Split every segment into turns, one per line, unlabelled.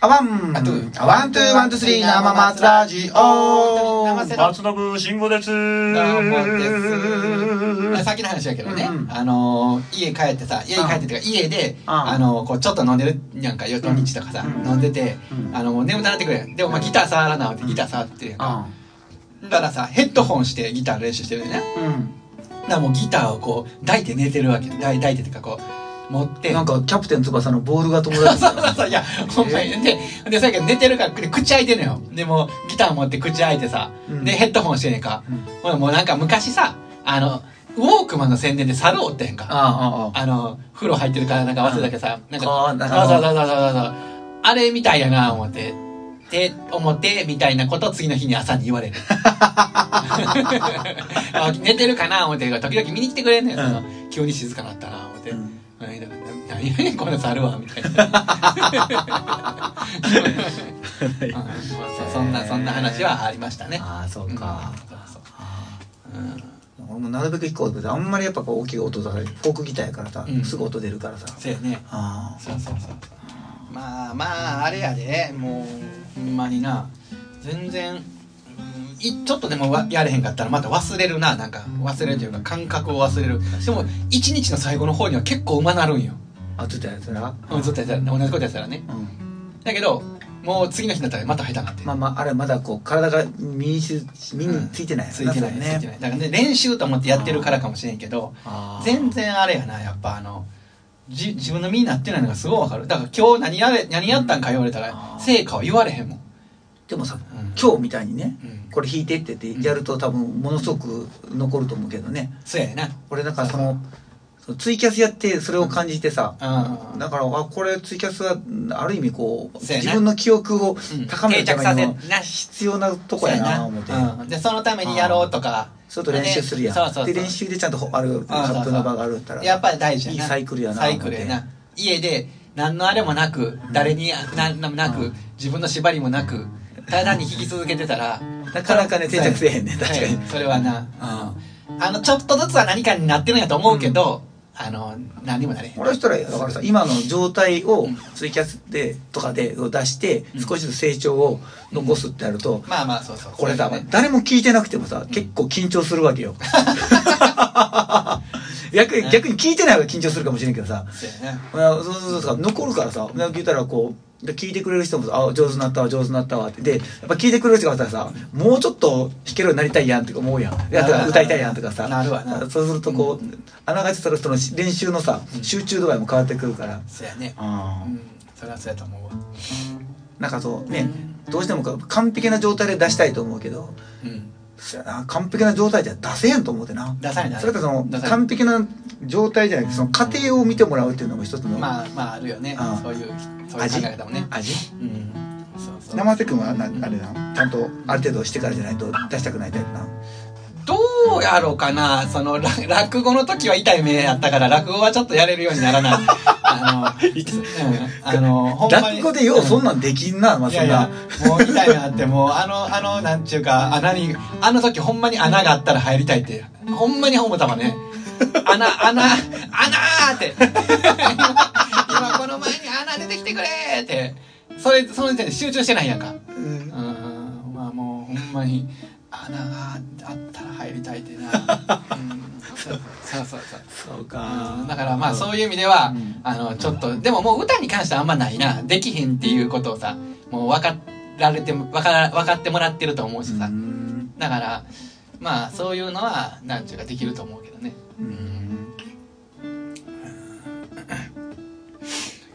あワン、
あトゥ
あワン、トゥー、ワン、トゥー、スリー、生松ラジオ
生瀬
松信慎吾です
どうもです。さっきの話やけどね、
うんうん
あのー家帰ってさ、家に帰ってっていうか家で、
うん
あのーこうちょっと飲んでるなんか夜日とかさ、
うん
飲んでて、
うん
あのもう眠たなってくるやん。でもまあギター触らなってギター触ってるやんか。だからさヘッドホンしてギターの練習してるよね。
うん。
だからもうギターをこう抱いて寝てるわけ。抱い抱いてっていうかこう持って。
なんか、キャプテン翼のボールが友達 だ
そうそういやほんまにででそやけど寝てるからで口開いてんのよでもうギター持って口開いてさ、
うん
でヘッドホンしてんねんか、
うん
ほらもうなんか昔さあのウォークマンの宣伝で猿おってへんかあ
ああ、ああ、
の風呂入ってるからなんか忘れたけどさ、なんか
あーなる
そう
ほ
そう
ど
そうそうそうそうあれみたいやな思ってって思ってみたいなことを次の日に朝に言わ れるあ寝てるかな思って時々見に来てくれんねん、その急に静かなったな思って、
うん
何やねんこの猿は みたいな うんそうそんなそんな話はありましたね
ああ、そううんか。
そうそう
俺もなるべく飛行機であんまりやっぱこう大きい音だねフォークギターやからさ、
うん
すぐ音出るからさ
そうやね
あ
そうそうそうまあまああれやでもうほんまにな全然うんいちょっとでもわやれへんかったらまた忘れるななんか忘れるというか感覚を忘れるでも一日の最後の方には結構うまなるんよ
ああずっとやったら
うんずっとやってたら同じことやってたらね
うん
だけどもう次の日になったらまた下手になって
まあまああれまだこう体が身にし身についてない
ついてない
そ
つ
れ
いてないだからね練習と思ってやってるからかもしれんけど
あー
全然あれやなやっぱあのじ自分の身になってないのがすごいわかるだから今日何やれ何やったんか言われたら
あー
成果は言われへんもん、
でもさ
うん
今日みたいにね
うん
これ弾いてってってやると多分ものすごく残ると思うけどね
そうやねんな
俺なんかそのそのツイキャスやってそれを感じてさ
うん
だからあこれツイキャスはある意味こう
そうやな
自分の記憶を
うん
高めるためにも
定着させな
必要なとこやな思って
そうやなうん、でそのためにやろうとか
ちょっと練習するやん。
そうそうそう
で練習でちゃんとほあるカップの場があるったら。
やっぱり大事や
いい
な
サイクルやな。
サイクルやな家で何のあれもなく誰にななな
う
く
ん
自分の縛りもなくただに弾き続けてたら
なかなかね定着せえへんね
そうや
確かに
はいそれはな
思って。
あのちょっとずつは何かになってるんやと思うけど、あの何にもなれへん
うん。俺はしたらだからさ今の状態を
うん
ツイキャスでとかで出して
うん
少しずつ成長を残すってやると。
まあまあそうそう
これ
だ
さ、誰も聞いてなくてもさ、結構緊張するわけよ。 逆に、逆に聞いてない方が緊張するかもしれんけどさ、
そうやな
まあそうそうそうそう残るからさ聞いたらこうで聞いてくれる人もさ「あ上手になったわ上手になったわ」ってでやっぱ聞いてくれる人がささもうちょっと弾けるようになりたいやんとか思うやんであとは歌いたいやんとかさ
なるわな
そうするとこう、あながちその人の練習のさ
うん
集中度合いも変わってくるから、
そうやね
あ
うんそれはそうやと思うわ
なんかそうねどうしてもこう完璧な状態で出したいと思うけど
うん
そやな完璧な状態じゃ出せへんと思ってな
出さない出
そ
さ
れ
な
か
い
その
出さない
完璧な状態じゃなくてその過程を見てもらうっていうのも一つの、
まあまああるよね
うん
そういうそういう考え方もね
味
うんそうそう
生瀬君はなあれなちゃんとある程度してからじゃないと出したくないタイプな
どうやろうかなそのら落語の時は痛い目やったから落語はちょっとやれるようにならないあ の、うん、あのほんまに
落語でようそんなんできんな、まあ
い
そ
や
ん
い
な
や、もう痛いなっ て、もう、あの、あの、なんちゅうか、穴に、あの時ほんまに穴があったら入りたいって、ほんまに思ったわね。穴、穴、穴ーって。今、今この前に穴出てきてくれーって。それ、その時点で集中してないやんか。うん、まあもう、ほんまに、穴があったら入りたいってな。うん、そうそうそうそう。
そう
うんだからまあそういう意味では、
うん
あのちょっとでももう歌に関してはあんまないなできへんっていうことをさもう分かられても分から分かってもらってると思うしさ、
ん
だからまあそういうのはなんちゅうかできると思うけどね
うん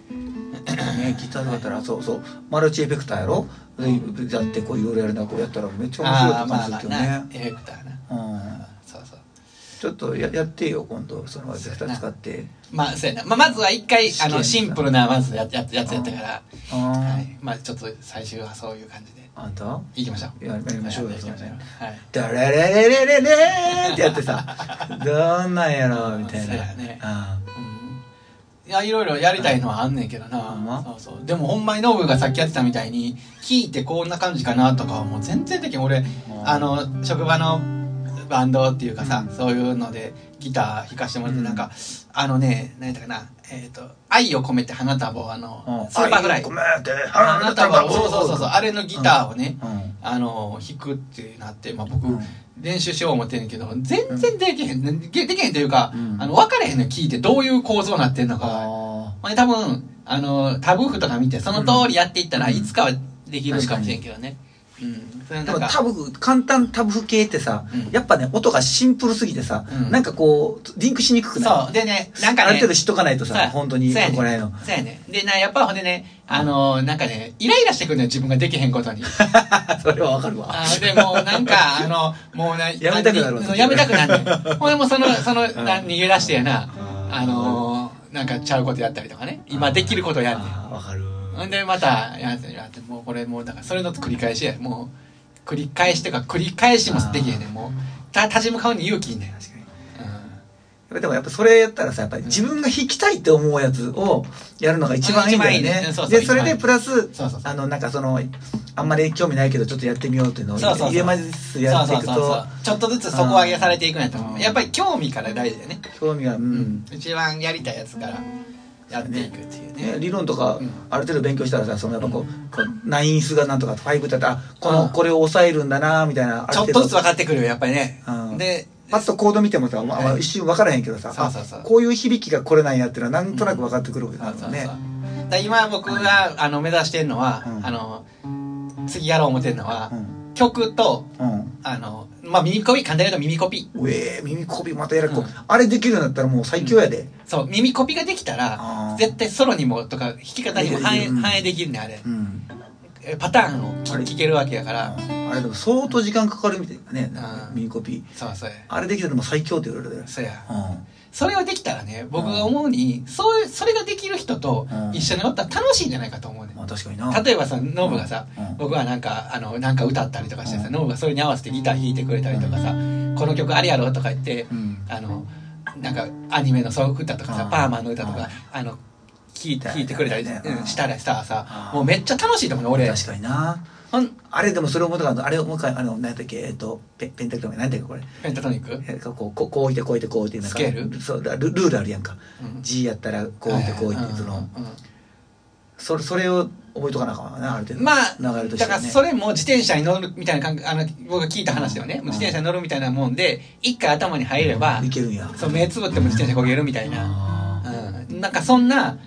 ねギターだったらそうそうマルチエフェクターやろでやってこういろいろやるなこうやったらめっちゃ面白い
ああ
と思
まあ
うん
ま
で
あ
すけどね
なエフェクターな
うん
そうそう
ちょっとややってよ今度そのエフェクター使って
まあそうやな、まあ、まずは一回あ
試験
のシンプルなまずやややつやったから、は
あ
い、まあちょっと最終はそういう感じで
ああんた
いきましょう
ややりましょうよ
はい行きましょうはい
ダラレレレレレーってやってさどんなんやろみたい
そうや
な、
ね
あ
いやいろいろやりたいのはあんねんけどな、
ほんま
そうそうでもほんまにノブがさっきやってたみたいに聞いてこんな感じかなとかはもう全然できん俺
あ
あの職場のバンドっていうかさ、
うん
そういうのでギター弾かしてもらって
うん
なんか、あのね何やったかなえっ、と「愛を込めて花束を」あの
ん
スーパーフライ
ごめん
「
って
花束を」そうそうそうそうあれのギターをね、
うん
あの弾くってなって、まあ、僕、
うん
練習しよう思ってんねんけど全然できへん、でできへんというか、
うん
あの分かれへんのよ聞いてどういう構造になってんのかが。
あ
まあ、多分あのタブーフとか見てその通りやっていったら、
うん
いつかはできるかもしれんけどね。うん、それ
ーで
なん
も
か
タブ譜簡単タブ譜系ってさ、
うん
やっぱね音がシンプルすぎてさ、
うん
なんかこうリンクしにくくない
そうでねなんか
あ
ね
る程度知っとかないと
そう
さ
や
本当に
そうやね
こら辺の
そうやね。で、な、やっぱほんでね、あのーなんかね、イライラしてくるのよ、自分ができへんことに。
それはわかるわ
あーでも、なんか、あの、もうね、
やめたくなるわ
あやめたくなる、ねん。ほんでもう その、その、な逃げ出してやな、
あー
あのーなんかちゃうことやったりとかね、今できることやんねん。
あーわかる
ほんで、また、やって、やって、もうこれもう、だから、それの繰り返しや。もう、繰り返しとか、繰り返しもできへんねん。もう、た、立ち向かうに勇気いんねん。
確かに
うん
でもやっぱそれやったらさやっぱり自分が弾きたいって思うやつをやるのが一番いいんだよ
一番いいね
ね
そうそう
でそれ
一番
で
いい
プラス
そうそうそう
あのなんかそのあんまり興味ないけどちょっとやってみようっていうのを
そうそうそう
入れ混ぜつつやっていく
そうそうそう
と
そうちょっとずつ底上げされていくんやと思
う
うんやっぱり興味から大事だよね、
興味がう
うん一番やりたいやつからやっていくっていうね
ね、理論とか
うん
ある程度勉強したらさそのやっぱこうこうナインスがなんとかファイブだったらあこ
うん
のこれを抑えるんだなみたいなある
ちょっ
程
と
度
ずつ分かってくるよやっぱりね、
うん
で
パッとコード見てもさ、まあまあ、一瞬分からへんけどさ
そうそうそう
あこういう響きがこれなんやっていうのはなんとなく分かってくるわけ
そ
だ
うそ
も
うん
ね
そうだから今僕があの目指してるのは、
うん
あの次やろう思ってるのは
う、ん
曲と
うん
あのまあ耳コピ簡単に言うと耳コピ
うえー耳こびまたやらこ、う
う
んあれできるようになったらもう最強やで、
そう耳コピができたら
あー
絶対ソロにもとか弾き方にも反映
うんうん
反映できるねあれ
うん
えパターンを
あれ
聞けるわけやから
あれでも相当時間かかるみたいなね
うん
耳コピ
そうそうや
あれできたらもう最強って言われるで
そうや
う
それをできたらね僕が思うにそういうそれができる人と
うん
一緒におったら楽しいんじゃないかと思うね
んまあ確かにな
例えばさノブがさ
うん
僕はなんかあのなんか歌ったりとかしてさ
うん
ノブがそれに合わせてギター弾いてくれたりとかさこの曲あれやろとか言って
うん
あのなんかアニメのそう歌とか
う
さ
ん
パーマンの歌とかあの聞いて
うん
弾いてくれたり
うん
うんしたらささ
うん
もうめっちゃ楽しいと思うね俺
確かにな
ほん
あれでもそれを思ったからあれをもう一回あの何だっけえっとペペンタクラム何だっけこれ
ペンタトニック
えこうこうこうこう置いてこう置いてこう置いてなんか
スケール
そうルルールあるやんか
うん
G やったらこう置いてこう置いてその
うんうん
それそれを覚えとかなあかんわなある程度
まあ、
流れとしてね
だからそれも自転車に乗るみたいな感覚あの僕が聞いた話ではね、
うん
自転車に乗るみたいなもんで一回頭に入れば、
いけるんや
そう目つぶっても自転車こげるみたいな、
あ
うん、なんかそんな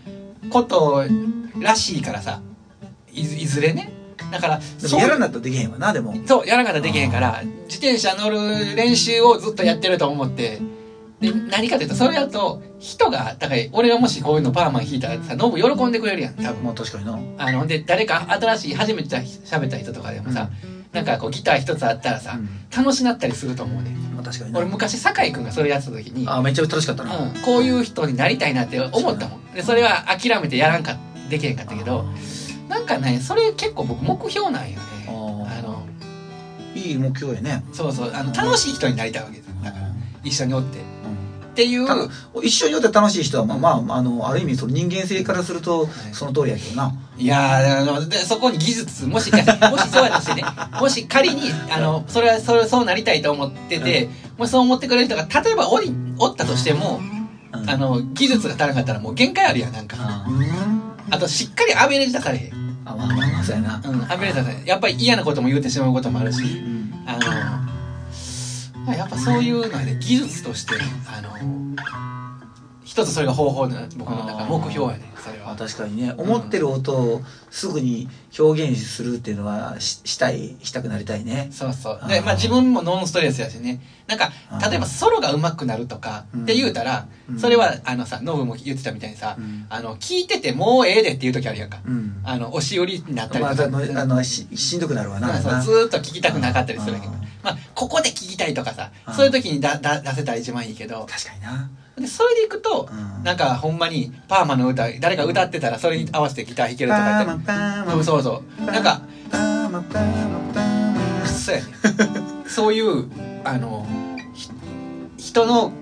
ことらしいからさいずいずれねだから
ーで
そ
も
う
やらなったらできへんわなでも
そうやらなかったらできへんから自転車乗る練習をずっとやってると思ってで何かというとそれだと人がだから俺がもしこういうのパーマン引いたらさノブ喜んでくれるやん多分
まあ確かにな
あので誰か新しい初めて喋った人とかでもさ、なんかこうギター一つあったらさ、
うん
楽しなったりすると思うね
まあ確かにな
俺昔酒井君がそれやってた時に、
あーめっちゃ楽しかったな
うん、こういう人になりたいなって思ったもんでそれは諦めてやらんかできへんかったけどなんかねそれ結構僕目標なんよね
あー
あの
いい目標やね
そうそうあの楽しい人になりたいわけですだから一緒におってっていう
ただ一緒におって楽しい人はまあ
うん
まああのある意味その人間性からすると
い
その通りやけどない
やーあのでそこに技術もし いやもしそうやとしてねもし仮にあのそれはそれそうなりたいと思ってて、もしそう思ってくれる人が例えばおりおったとしても、
うん
あの技術が足らなかったらもう限界あるやんなんか、
あー
あとしっかりアベレージ出されへん、うん、
あまあまあまあそうやな
アベレージ出されへんやっぱり嫌なことも言ってしまうこともあるし
うん
あのまあやっぱそういうのはね技術としてあの一つそれが方法な僕の中の目標やねそれ
あ
は
確かにね思ってる音をすぐに表現するっていうのはししたいしたくなりたいね
そうそう
あ
で
ー
まあ自分もノンストレスやしねなんか
あー
例えばソロが上手くなるとか
うん
って言うたら、
うん
それはあのさノブも言ってたみたいにさ、
うん
あの聞いててもうええでっていう時あるやんか、
うん
あの押し売りになったり
まあ
と
あ
か、
のあのししんどくなるわな
そう
な
ずーっと聞きたくなかったりするわけ
うん
まあここで聞きたいとかさ
うん
そういう時にだだ出せたら一番いいけど
確かにな
でそれでいくと
うん
なんかほんまにパーマの歌誰か歌ってたらそれに合わせてギター弾けるとか言って
パーマパー
う
マ
んそうそうなんか
パーマパーマパーマ
そうやねそういうあのひ人の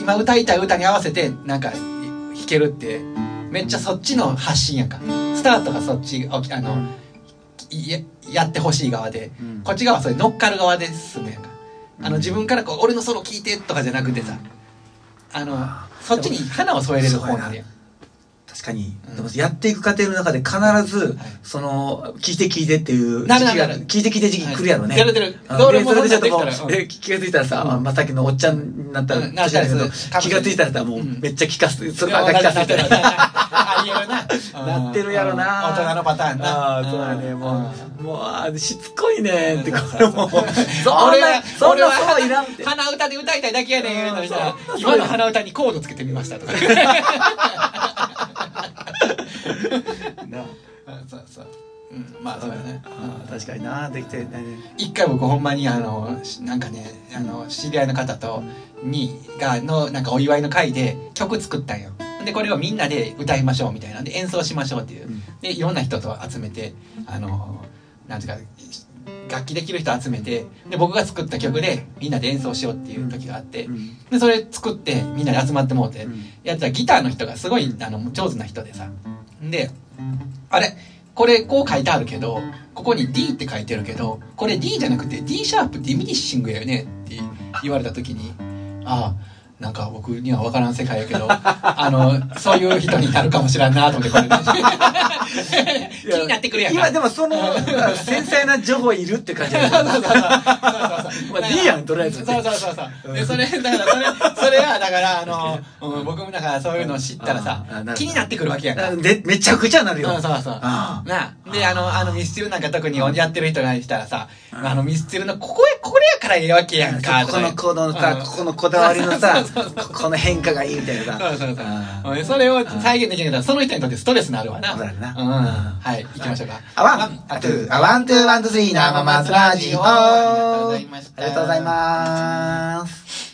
今歌いたい歌に合わせてなんかい弾けるってめっちゃそっちの発信やんかスタートがそっちああの、いややってほしい側で、
うん
こっち側はそれ乗っかる側で進むやんかあの自分からこう「俺のソロ聴いて」とかじゃなくてさあのそっちに花を添えれる方なんや
確かに、
うん
でもやっていく過程の中で必ず、その聞いて聞いてっていう
な
時
るな
期
る
が
なる
聞いて聞いて時期来るやろね、
はい来る来る
うん
で俺
で
もう
それでちょっともう、
そん
え
なんできたらうん
気がついたらさ、まあ、さっきのおっちゃんになったら
うんなったら
違うけど
そうかもし
気
れ
が
ない
ついたらさもう
うん
めっちゃ聞かす、それ
は
ばっか聞かすみたいな
ありえる な。
なってるやろな
うん大人のパターンな。
あーそうだね
ん
も
ん
うもうあーしつこいねんって
うん
これも うそんな
俺は
そん
俺
な
は
そういらん って
鼻歌で歌いたいだけやねん言うのにさ
うんそう
今の鼻歌にコードつけてみました とか
な
そうそう、うん、まあそうだね
あー確かになできてないね
一回僕ほんまにあのしなんかねあの知り合いの方とにがのなんかお祝いの会で曲作ったんよでこれをみんなで歌いましょうみたいなんで演奏しましょうっていう
うん
でいろんな人と集めてあのなんていうか楽器できる人集めてで僕が作った曲でみんなで演奏しようっていう時があって
うん
でそれ作ってみんなで集まってもうて
うん
やったらギターの人がすごいあの上手な人でさであれこれこう書いてあるけどここに D って書いてるけどこれ D じゃなくて D シャープディミニッシングやよねって言われた時にああなんか僕には分からん世界やけど あのそういう人になるかもしらんなと思って これ気になってくるやんか
今でもその繊細な情報いるって感じ
そうそうそうそうそうそう
だけどまあ
だから
いいやんとりあえず
そうそうそうそう
う
で
ん
それだからそれそれはだからあの、うん、僕もだからそういうの知ったらさ
あーあーなるほど
気になってくるわけやんか
あでめちゃくちゃなる
そう
よ
そうそう
あ
なあで
あー
あのあのミスチルなんか特にやってる人がしたらさあのミスチルのここへこれやからええわけやんか
ここの
と
こ
か
のさ、
うん
ここのこだわりのさ
そうそうそう
ここの変化がいいみたいな
そ
さ
うそう
あ
そ
ー
ううんそれを再現できないからその人にとってストレスになるわな
そうだよな
うんはい行きましょうか
あワン、あトゥー、あワン、トゥー、ワン、トゥー、スリー、生マスラジオ
ありがとうございました
ありがとうございます。